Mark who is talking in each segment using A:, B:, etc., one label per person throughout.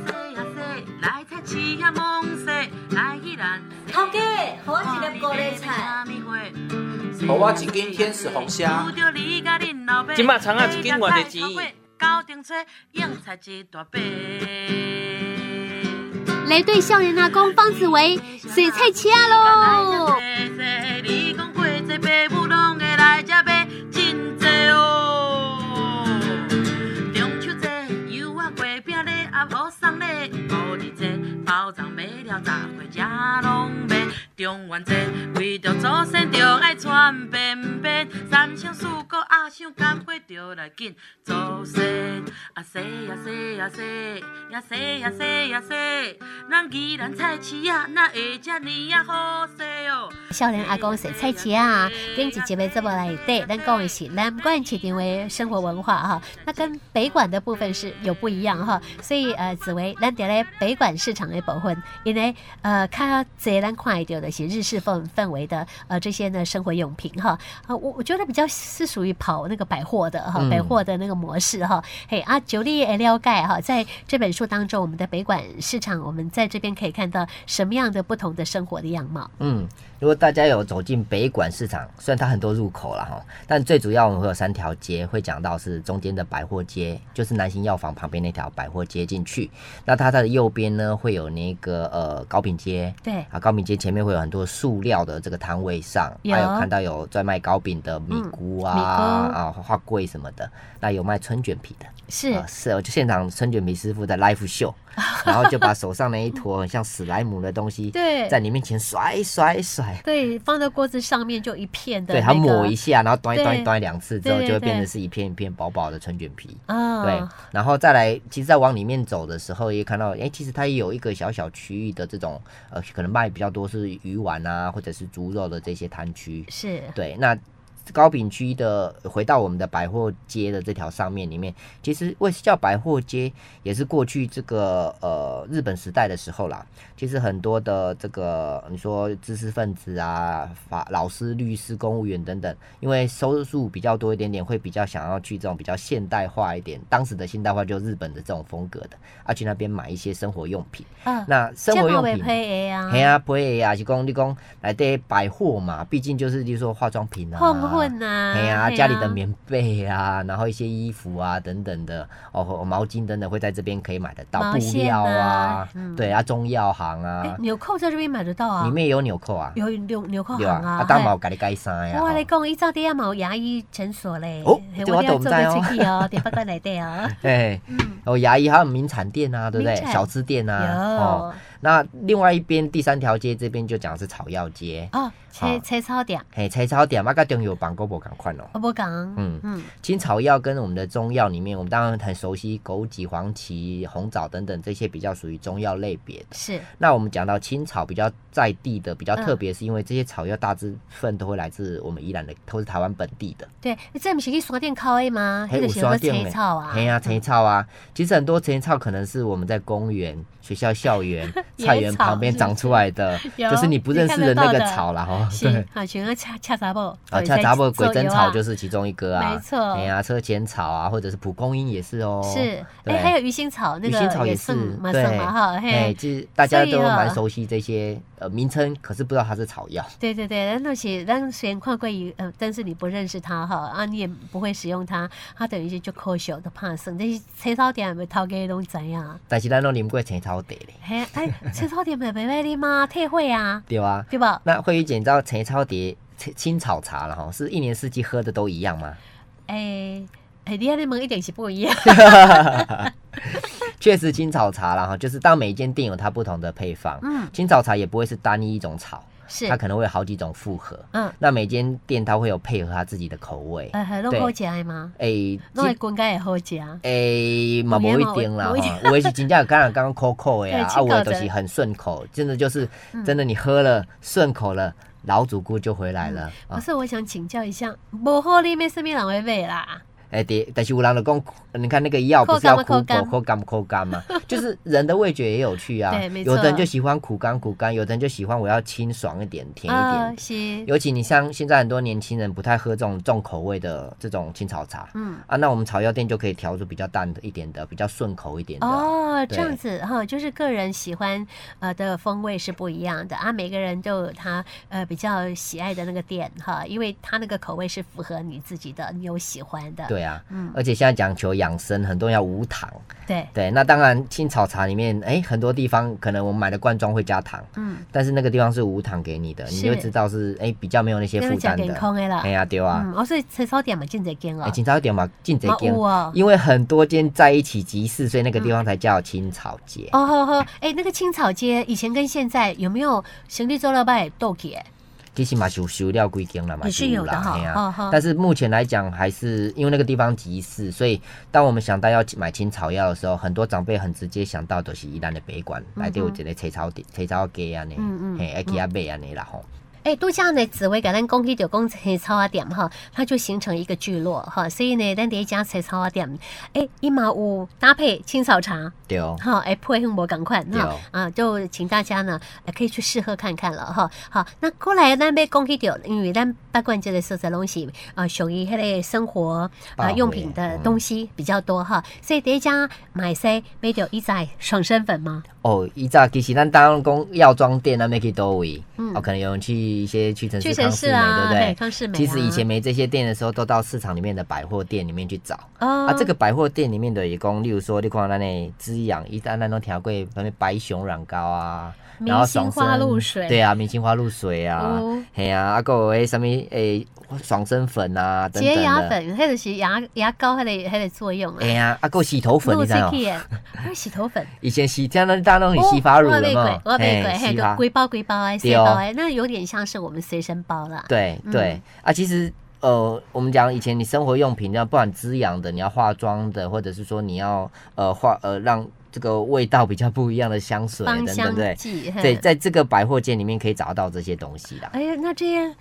A: 啊
B: 互我一斤天使红虾。
C: 即卖葱仔一斤偌济钱？
A: 高顶菜，硬菜一大杯。
D: 来对少年阿公方子维水菜切啊喽！
A: 你讲过这爸母拢会来这买真济哦。中秋节油啊月饼咧，啊乌送咧，五二节包粽买了十块才拢卖。中元节为着祖先着爱穿便便，三生四果啊想干过着来敬祖先。啊西啊西啊西，呀西呀西呀西，咱宜兰菜市啊哪会遮尼啊好势哦。
D: 少年阿公水菜切啊，顶几集的这么来对，咱讲的是南管起定为生活文化啊哈、那跟北管的部分是有不一样哈、所以呃，紫薇咱伫咧北管市场的部分，因为呃，较侪咱看到的是日式氛氛围的呃这些呢生活用品哈、啊，我我觉得比较是属于跑那个百货的哈、
B: 嗯
D: 百货的那个模式哈、嘿啊，九力也了解哈，在这本书当中，我们的北管市场，我们在这边可以看到什么样的不同的生活的样貌。
E: 嗯，如果大家有走进北馆市场，虽然它很多入口啦哈，但最主要我们会有三条街，会讲到是中间的百货街，就是南兴药房旁边那条百货街进去。那它的右边呢，会有那个呃糕饼街，
D: 对
E: 啊，糕饼街前面会有很多塑料的这个摊位上，
D: 有
E: 还有看到有在卖糕饼的米糊啊、
D: 嗯米糊
E: 啊花柜什么的，那有卖春卷皮的。
D: 是
E: 啊，是哦，就现场春卷皮师傅的 live 秀，然后就把手上那一坨很像史莱姆的东西，
D: 对
E: 在你面前甩甩甩，
D: 对，放到锅子上面就一片的、
E: 对，
D: 那
E: 它
D: 个，
E: 抹一下，然后端一端
D: 对
E: 一端两次之后，
D: 对
E: 就会
D: 对
E: 变成
D: 对
E: 是一片一片薄薄的春卷皮。
D: 啊，
E: 对，然后再来，其实，在往里面走的时候，也看到，哎，其实它也有一个小小区域的这种，呃，可能卖比较多是鱼丸啊，或者是猪肉的这些摊区。
D: 是
E: 对，那糕饼区的回到我们的百货街的这条上面里面，其实为什么叫百货街，也是过去这个呃日本时代的时候啦。其实很多的这个你说知识分子啊、法老师、律师、公务员等等，因为收入比较多一点点，会比较想要去这种比较现代化一点，当时的现代化就是日本的这种风格的，啊，去那边买一些生活用品。
D: 啊，
E: 那生活用品。
D: 配啊，
E: 嘿啊，不会啊，是讲你讲来对百货嘛，毕竟就是例如说化妆品啊，
D: 混混呐，
E: 嘿啊，
D: 嘿
E: 家里的棉被啊，然后一些衣服啊等等的，哦，毛巾等等会在这边可以买得到，
D: 毛
E: 布
D: 线
E: 料
D: 啊
E: 啊，
D: 嗯
E: 对啊，中药行啊
D: 哎，纽扣在这边买得到啊，
E: 里面也有纽扣啊，
D: 有纽纽扣
E: 对
D: 行
E: 啊，
D: 啊，
E: 啊，当
D: 嘿
E: 毛给你改衫呀，
D: 我
E: 吼
D: 跟你讲，伊早底啊嘛有牙医诊所嘞，
E: 哦
D: 嘿
E: 这
D: 我
E: 我
D: 要
E: 都不
D: 做
E: 知道
D: 个出去 哦，点八关来对哦，
E: 嘿，
D: 嗯，
E: 哦，牙医还有名产店啊，对不对
D: 名？产
E: 小吃店啊，哦，
D: 有
E: 那另外一边第三条街这边就讲的是草药街，
D: 哦，切
E: 好
D: 切草点，
E: 嘿，菜草店啊，跟中药房都不同款哦。
D: 我不讲，
E: 嗯
D: 嗯，
E: 青草药跟我们的中药里面，我们当然很熟悉枸杞、黄芪、红枣等等这些比较属于中药类别的。
D: 是
E: 那我们讲到青草比较在地的，比较
D: 嗯
E: 特别，是因为这些草药大部分都会来自我们宜兰的，都是台湾本地的。
D: 对，你这不是去山店烤的吗？那
E: 有
D: 个是有个
E: 山顶
D: 切嗯
E: 的
D: 草啊，
E: 嘿呀，青草啊，其实很多青草可能是我们在公园、学校校园
D: 野
E: 菜园
D: 草
E: 旁边
D: 是
E: 长
D: 不是
E: 出来的，
D: 有
E: 就是你不
D: 你
E: 认
D: 看
E: 识
D: 得
E: 的那
D: 到
E: 个
D: 的
E: 草啦，吼。对
D: 是。啊，全个恰恰杂布，
E: 啊，恰杂布、鬼针草就是是其中一个啊，
D: 没错
E: 哎呀，车前草啊，或者是蒲公英也是哦，
D: 是，
E: 对
D: 哎，还有鱼腥草，那
E: 鱼腥草
D: 个
E: 也是
D: 算，嘛算
E: 对，
D: 嘛哈，
E: 哎，
D: 嘿，
E: 其实大家
D: 所以
E: 都蛮
D: 哦
E: 熟悉这些呃名称，可是不知道它是草药。
D: 对对对，那些咱虽然看过鱼，呃，但是你不认识它哈，啊，你也不会使用它，它等于是就可惜的怕生，但是青草店咪头家拢知 影，
E: 但是咱都啉过青草茶嘞，
D: 嘿， 哎，青草店咪袂歹哩吗？退会啊，
E: 对吧？
D: 对吧？
E: 那慧玉姐，你知道青草茶、青青草茶了哈，是一年四季喝的都一样吗？
D: 哎。哎，你安尼问一定是不 一样，
E: 确实，青草茶啦哈，就是当每一间店有它不同的配方，
D: 嗯，
E: 青草茶也不会是单一一种草，
D: 是
E: 它，可能会有好几种复合。
D: 嗯，
E: 那每间店它会有配合它自己的口味，
D: 呃，还弄
E: 对
D: 好食的吗？
E: 诶、
D: 弄
E: 这
D: 会滚开会好食，啊
E: 诶，嘛无一定啦
D: 有的嘛有
E: 哈，有的是真正有刚刚刚口口 的
D: 对
E: 啊，
D: 吃
E: 啊，有的
D: 口
E: 就
D: 的嗯
E: 是很顺口，真的就是真的你喝了顺口了，老主顾就回来了
D: 嗯不
E: 啊。
D: 是，我想请教一下，无好你咩什么人会买啦？
E: 哎，对，但是五郎的公，你看那个药不是要
D: 口
E: 苦口
D: 干吗
E: 口干口干吗？ 就是人的味觉也有趣啊。
D: 对没错
E: 有的人就喜欢苦干苦干，有的人就喜欢我要清爽一点、甜一点。
D: 啊，是，
E: 尤其你像现在很多年轻人不太喝这种重口味的这种青草茶
D: 嗯，
E: 啊，那我们草药店就可以调出比较淡的一点的，比较顺口一点的。啊
D: 哦，这
E: 对
D: 样子哈，就是个人喜欢呃的风味是不一样的啊，每个人都有他呃比较喜爱的那个点哈，因为他那个口味是符合你自己的，你有喜欢的，
E: 对啊，
D: 嗯
E: 而且现在讲求养生，很多人要无糖。
D: 对，
E: 对，那当然青草茶里面，哎，很多地方可能我们买的罐装会加糖，
D: 嗯，
E: 但是那个地方是无糖给你的，你就会
D: 是
E: 知道是哎比较没有那些
D: 那
E: 负
D: 么讲
E: 担
D: 健
E: 的。
D: 康的啦
E: 哎，呀，对啊，
D: 嗯，哦，所以吃少点嘛，进这间
E: 哎，
D: 哦，
E: 青草点嘛，进贼
D: 嘛
E: 间
D: 有，哦。
E: 因为很多间在一起集市，所以那个地方才叫青草街。
D: 哦吼吼，哎，那个青草街以前跟现在有没有行李做了拜斗起？
E: 其实嘛，修修料归间了嘛，
D: 也是有的
E: 啦
D: 哈
E: 嘿啊
D: 哦哈
E: 但是目前来讲，还是因为那个地方集市，所以当我们想到要买青草药的时候，很多长辈很直接想到就是宜兰的北馆，来对有一个青草店、青草街啊，呢
D: 嗯嗯，
E: 嘿，要去啊买安尼啦吼。
D: 哎，度假呢，紫薇给咱讲起就讲菜草啊店哈，它就形成一个聚落哈，所以呢，咱第一家菜草啊店，哎，伊嘛有搭配青草茶
E: 对哦，
D: 哈，哎，配很无赶快
E: 对
D: 哈
E: 哦
D: 啊，就请大家呢，哎，可以去试喝看看了哈。好，那过来咱要讲起着，因为咱八冠这个所在拢是啊，属于迄个生活
E: 百
D: 啊
E: 货
D: 用品的
E: 嗯
D: 东西比较多哈，所以第一家买些买着一仔爽身粉吗？
E: 哦，以前其实咱当讲药妆店，啊咱要去多位，
D: 嗯
E: 哦，可能有人去一些屈臣
D: 屈
E: 氏、
D: 臣
E: 康
D: 氏
E: 士美，对
D: 啊，
E: 不对？
D: 康士美啊。
E: 其实以前没这些店的时候，都到市场里面的百货店里面去找。
D: 啊
E: 啊，这个百货店里面的也供，例如说，你看咱的滋养，一旦咱都调过，咱的白熊软膏啊，
D: 明
E: 然后
D: 星
E: 爽
D: 花
E: 身
D: 露水
E: 对啊，明星花露水啊
D: 哦，
E: 嘿啊，啊个诶什么诶爽身粉啊等等
D: 洁牙
E: 的，
D: 粉，迄就是牙牙膏，迄个迄个作用
E: 哎
D: 啊。
E: 呀，啊个洗头粉，你知道
D: 这
E: 吗？
D: 去的，还有洗头 粉。
E: 以前洗，像那大家都很洗发乳
D: 哦我
E: 了
D: 没
E: 嘛
D: 过，，我没过，嘿，
E: 洗
D: 就
E: 发，
D: 龟包龟包哎，
E: 对
D: 碎
E: 哦
D: 包哎，那有点像是我们随身包啦。
E: 对对、啊，其实呃，我们讲以前你生活用品，要不管滋养的，你要化妆的，或者是说你要呃化呃让这个味道比较不一样的香水
D: 芳
E: 等
D: 香
E: 等，对
D: 剂。
E: 对，
D: 嘿
E: 在这个百货间里面可以找到这些东西啦。
D: 哎呀，那这些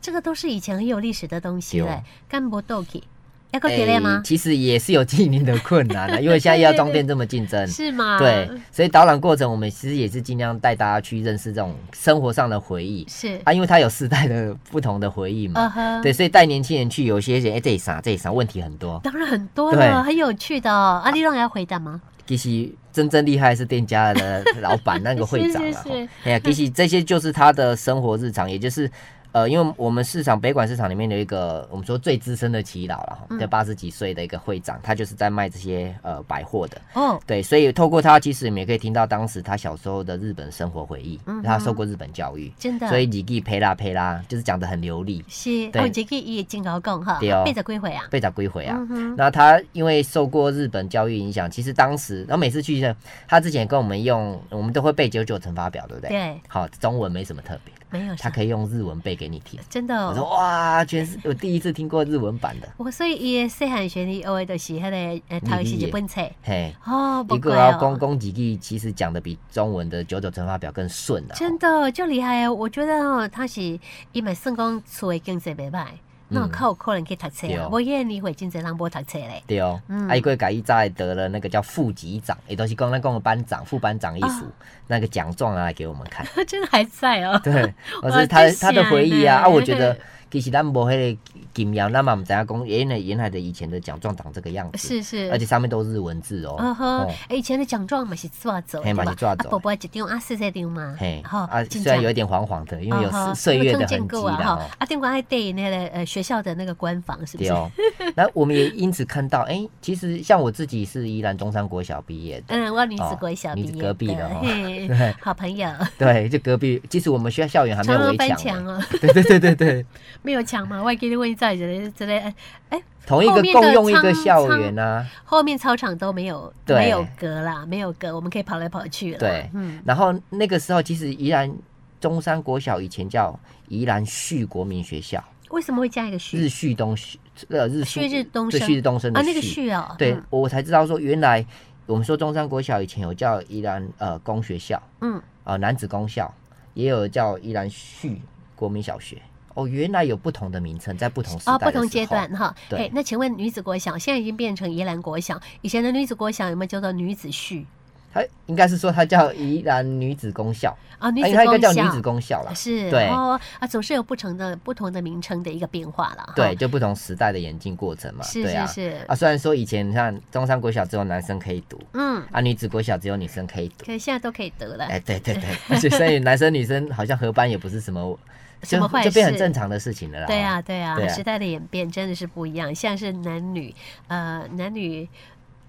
D: 这个都是以前很有历史的东西
E: 对哦
D: 嘞，干不豆皮，要够给力吗？
E: 哎其实也是有经营的困难 啊的，因为现在药妆店这么竞争。
D: 是啊吗？
E: 对，，所以导览过程我们其实也是尽量带大家去认识这种生活上的回忆
D: 是。
E: 啊，因为它有世代的不同的回忆嘛。
D: 呃呵，
E: 对，所以带年轻人去，有些人哎、这里啥这里啥问题很多。
D: 当然很多
E: 对
D: 了，很有趣的哦。阿丽让人家回答吗？
E: 其实真正厉害是店家的老板那个会长 了
D: 是是是。
E: 哎呀，其实这些就是他的生活日常，也就是。呃，因为我们市场北管市场里面有一个我们说最资深的耆老了哈，
D: 嗯
E: 对八十几岁的一个会长，他就是在卖这些呃百货的，
D: 哦，
E: 对，所以透过他，其实我们也可以听到当时他小时候的日本生活回忆，
D: 嗯哼
E: 他受过日本教育，
D: 真的。
E: 所以几句呸啦呸啦，就是讲的很流利，
D: 是，
E: 对
D: 哦，这个伊也真好讲哈，
E: 对哦
D: 八十几岁啊。
E: 被长归回啊。
D: 嗯哼，
E: 那他因为受过日本教育影响，其实当时，然后每次去呢，他之前跟我们用，我们都会背九九乘法表，对不对？。
D: 对，嗯
E: 好，中文没什么特别的，
D: 没有啥，
E: 他可以用日文背给你听。
D: 真的、
E: 我说
D: 哦。
E: 哇，全是我第一次听过日文版的，
D: 我所以伊的细汉时你学的就是迄、个呃，读的是日本册
E: 嘿。
D: 哦，
E: 一
D: 不
E: 个
D: 怪
E: 要公
D: 哦。
E: 公几句，其实讲的比中文的九九乘法表更顺啊。
D: 真的哦就厉害哦！我觉得哦，他是伊嘛算讲厝的经济袂歹，那有较有可能去读册
E: 嗯对
D: 啊
E: 哦。
D: 无伊年会 真济人无读册咧。
E: 对哦，
D: 嗯
E: 啊，一个改一再得了那个叫副级长，也都是刚刚讲的班长、副班长一属，
D: 哦
E: 那个奖状拿来给我们看。
D: 他真的还在哦。
E: 对，我
D: 哇
E: 是他
D: 真
E: 他的
D: 是
E: 回忆啊
D: 呢
E: 啊！我觉得其实咱无迄个经验，咱嘛毋知影讲原来沿海的以前的奖状长这个样子，
D: 是是。
E: 而且上面都是日文字哦。
D: 嗯哼，
E: 哦
D: 哎以前的奖状嘛是抓走，
E: 嘿
D: 对吧？
E: 嘛是抓
D: 啊，
E: 走
D: 宝宝一张啊，四这张嘛，
E: 嘿，
D: 吼
E: 啊，
D: 真
E: 虽然
D: 正
E: 有一点黄黄的，因为有
D: 哦吼
E: 岁岁月
D: 我
E: 的
D: 曾
E: 痕迹
D: 见过啊
E: 啦。
D: 吼
E: 哦
D: 啊，顶光还对那个呃学校的那个官房是不
E: 对
D: 是？
E: 哦，那我们也因此看到，哎，其实像我自己是宜兰中山国小 毕业的，
D: 嗯，我女子
E: 哦
D: 国小毕
E: 你
D: 业
E: 隔壁的哦
D: 嘿
E: 对
D: 好朋友，
E: 对，就隔壁，其实我们学校校园还没
D: 长
E: 有
D: 虹
E: 围
D: 翻
E: 墙
D: 墙
E: 呢，
D: 哦，
E: 对对对对对，
D: 没有墙嘛，我还给你问一下，这个这个哎，
E: 同一个
D: 后面的
E: 共用一个
D: 仓
E: 校园啊，
D: 后面操场都没有
E: 对
D: 没有隔啦，没有隔，我们可以跑来跑去了。
E: 对
D: 嗯，
E: 然后那个时候，其实宜兰中山国小以前叫宜兰旭国民学校，
D: 为什么会加一个
E: 日
D: 序
E: 旭东旭呃日
D: 旭日东
E: 对
D: 升
E: 旭日东升的
D: 啊？那个序哦，
E: 对、
D: 嗯
E: 我才知道说原来我们说中山国小以前有叫宜兰呃工学校，啊
D: 嗯
E: 呃男子工校，也有叫宜兰旭国民小学。哦，原来有不同的名称，在不同时代、
D: 哦，不同阶段。哈。
E: 对
D: 嘿那请问女子国小现在已经变成宜兰国小，以前的女子国小有没有叫做女子序
E: 它应该是说它叫宜兰女子公校，
D: 啊？女
E: 哎
D: 子
E: 它应该
D: 公
E: 叫
D: 校
E: 女子公校啦。
D: 是
E: 对
D: 哦啊，总是有不同的不同的名称的一个变化了。哈
E: 对，，就不同时代的演进过程嘛。
D: 是
E: 对啊
D: 是是，
E: 啊，虽然说以前你看中山国小只有男生可以读，
D: 嗯，
E: 啊，女子国小只有女生可以读。
D: 可是现在都可以得了。
E: 哎，对 对对，而且所以男生女生好像合班也不是什么，
D: 什
E: 就
D: 么坏
E: 就变很
D: 事
E: 正常的事情了啦。
D: 对啊，对啊，
E: 对啊
D: 时代的演变真的是不一样。现在是男女，呃，男女，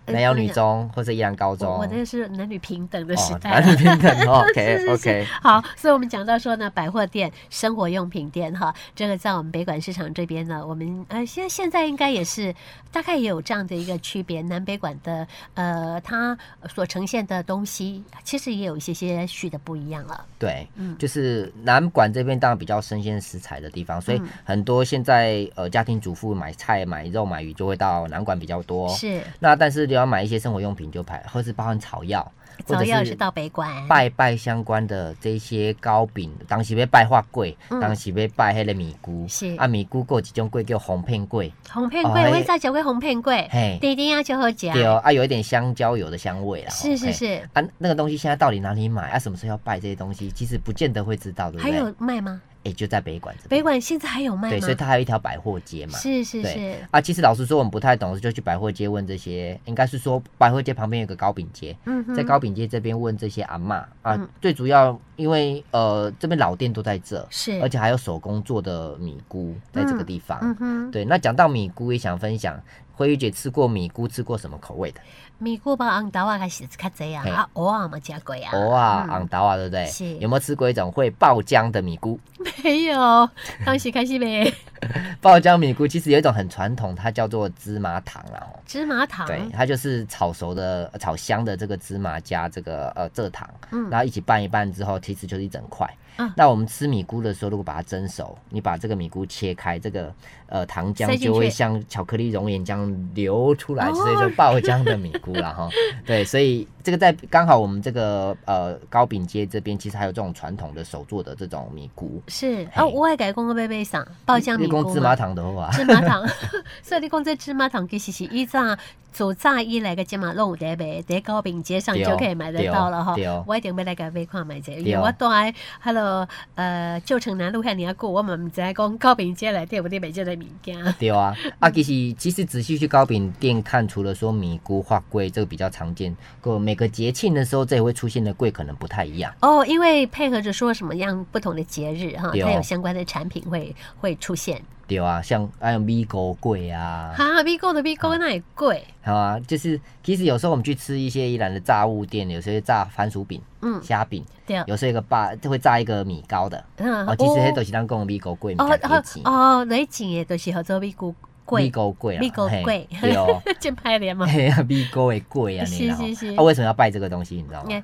D: 呃
E: 南有
D: 不能
E: 女
D: 讲
E: 中或者宜兰高中，
D: 我我那是男女平等的时
E: 哦，
D: 代
E: 男
D: 了。
E: 女平等
D: 是
E: ，OK
D: 是
E: OK，
D: 是好，所以我们讲到说呢，百货店、生活用品店哈，这个在我们北馆市场这边呢，我们呃现在现在应该也是大概也有这样的一个区别，南北馆的呃它所呈现的东西，其实也有一些些许的不一样了。
E: 对，
D: 嗯
E: 就是南馆这边当然比较生鲜食材的地方，所以
D: 嗯
E: 很多现在呃家庭主妇买菜、买肉、买鱼就会到南馆比较多。
D: 是
E: 那但是你要买一些生活用品，就排或是包含草药，或
D: 早
E: 者
D: 要是到北馆，
E: 拜拜相关的这些糕饼，当时要拜花粿，
D: 嗯
E: 当时要拜迄个米菇，
D: 是
E: 啊米菇还有一种粿叫红片粿，
D: 红片
E: 哦哎
D: 贵，我早讲过红片贵，
E: 嘿
D: 弟弟要求喝酒。
E: 对哦，啊有一点香蕉油的香味啦。
D: 是
E: 嘿
D: 是。是，
E: 啊，那个东西现在到底哪里买？啊，什么时候要拜这些东西？其实不见得会知道，对不
D: 还
E: 对？
D: 有卖吗？
E: 哎、就在北馆这边。
D: 北馆现在还有卖吗？
E: 对，所以它还有一条百货街嘛。
D: 是是
E: 对
D: 是，
E: 啊，其实老实说，我们不太懂，就去百货街问这些，应该是说百货街旁边有个糕饼街，
D: 嗯哼，
E: 在糕饼街这边问这些阿嬷啊，
D: 嗯
E: 最主要因为呃这边老店都在这，
D: 是，
E: 而且还有手工做的米糊在这个地方。
D: 嗯哼，
E: 对，那讲到米糊，也想分享，慧玉姐吃过米糊，吃过什么口味的？
D: 米糊包红豆啊，开始较济啊，
E: 嘿
D: 啊，蚵啊嘛加过啊，
E: 哦啊，
D: 嗯
E: 昂达啊，对不对？
D: 是
E: 有没有吃过一种会爆浆的米糊？
D: 没有，哎当时开始没
E: 爆浆米糊其实有一种很传统，它叫做 芝麻糖啦、哦。
D: 芝麻糖，
E: 对，它就是炒熟的、呃炒香的这个芝麻加这个呃蔗糖，
D: 嗯
E: 然后一起拌一拌之后，其实就是一整块。
D: 嗯
E: 那我们吃米糊的时候，如果把它蒸熟，你把这个米糊切开，这个呃糖
D: 塞
E: 浆
D: 进去
E: 就会像巧克力熔岩浆流出来，
D: 哦
E: 所以就爆浆的米糊 了哈。对，所以这个在刚好我们这个呃糕饼街这边，其实还有这种传统的手做的这种米糊，
D: 是
E: 嘿
D: 啊，我爱改讲个贝贝上爆浆米
E: 你
D: 糊
E: 讲
D: 嘛
E: 芝麻，糖的话，
D: 芝麻糖， 所以你讲这芝麻糖其实是以前早早以来个芝麻拢有在卖，在糕饼街上
E: 对哦
D: 就可以买得到了哈
E: 对哦。
D: 我一定要来甲买看买者，因
E: 对
D: 为
E: 哦
D: 我住喺 hello 呃旧城南路遐尼久，我嘛唔知道讲糕饼街内底有咧卖这个物件。
E: 对啊，啊，其实其实仔细去糕饼店看，除了说米糊、花龟这个比较常见，个每个节庆的时候，这也会出现的柜可能不太一样。
D: 哦，因为配合着说什么样不同的节日哈，
E: 对哦
D: 它有相关的产品会会出现。
E: 对啊，像还有米糕柜啊，
D: 哈，V 购的 V 购那也贵，
E: 好啊，就是其实有时候我们去吃一些宜兰的炸物店，有些炸番薯饼、
D: 嗯，
E: 虾饼，
D: 对啊，
E: 有时候一个霸会炸一个米糕的。
D: 嗯
E: 哦，其实黑都是当供米糕柜，米
D: 哦
E: 糕
D: 哦
E: 钱，
D: 哦，雷景也都是合作 V 股
E: 米
D: 贵，
E: 糕柜啦，
D: 米糕
E: 嘿
D: 粿
E: 对哦，
D: 真拍脸 嘛，
E: 嘿啊，米糕的柜啊，你知道吗
D: 是是是
E: 啊，为什么要拜这个东西？你知道吗？
D: 哎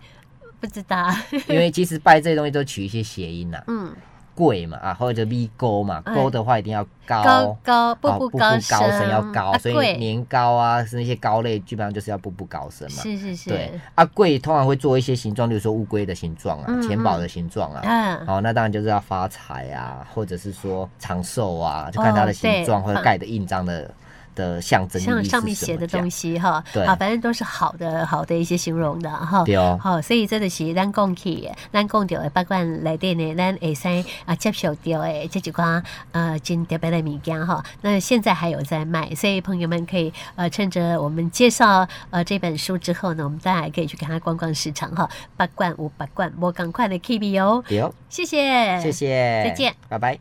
D: 不知道，
E: 因为其实拜这些东西都取一些谐音啊呐、
D: 嗯，
E: 贵嘛啊，或者咪高嘛，
D: 哎
E: 高的话一定要高，
D: 高高步
E: 哦
D: 步
E: 步
D: 高
E: 高升要高，
D: 啊
E: 所以
D: 贵
E: 年糕啊是那些糕类，基本上就是要步步高升嘛。
D: 是是是
E: 对，啊，贵通常会做一些形状，例如说乌龟的形状啊
D: 嗯，
E: 钱宝的形状啊。
D: 嗯，
E: 哦，那当然就是要发财啊，或者是说长寿啊，就看它
D: 哦
E: 的形状
D: 对
E: 或者盖的印章的的象征
D: 像
E: 意义
D: 上
E: 是
D: 面
E: 什
D: 写
E: 么
D: 的
E: 这样
D: 东。西哈，
E: 对
D: 好，反正都是好的好的一些形容的哈。
E: 对哦，
D: 好、所以这就是咱讲起的，咱讲到的，包括内底呢，咱会使啊接受到的这几款呃真特别的物件哈。那现在还有在卖，所以朋友们可以呃趁着我们介绍呃这本书之后呢，我们大家也可以去看它逛逛市场哈。八罐五八罐，我赶快的 K B 哦，
E: 对哦，
D: 谢谢，
E: 谢谢，
D: 哎再见，
E: 拜拜。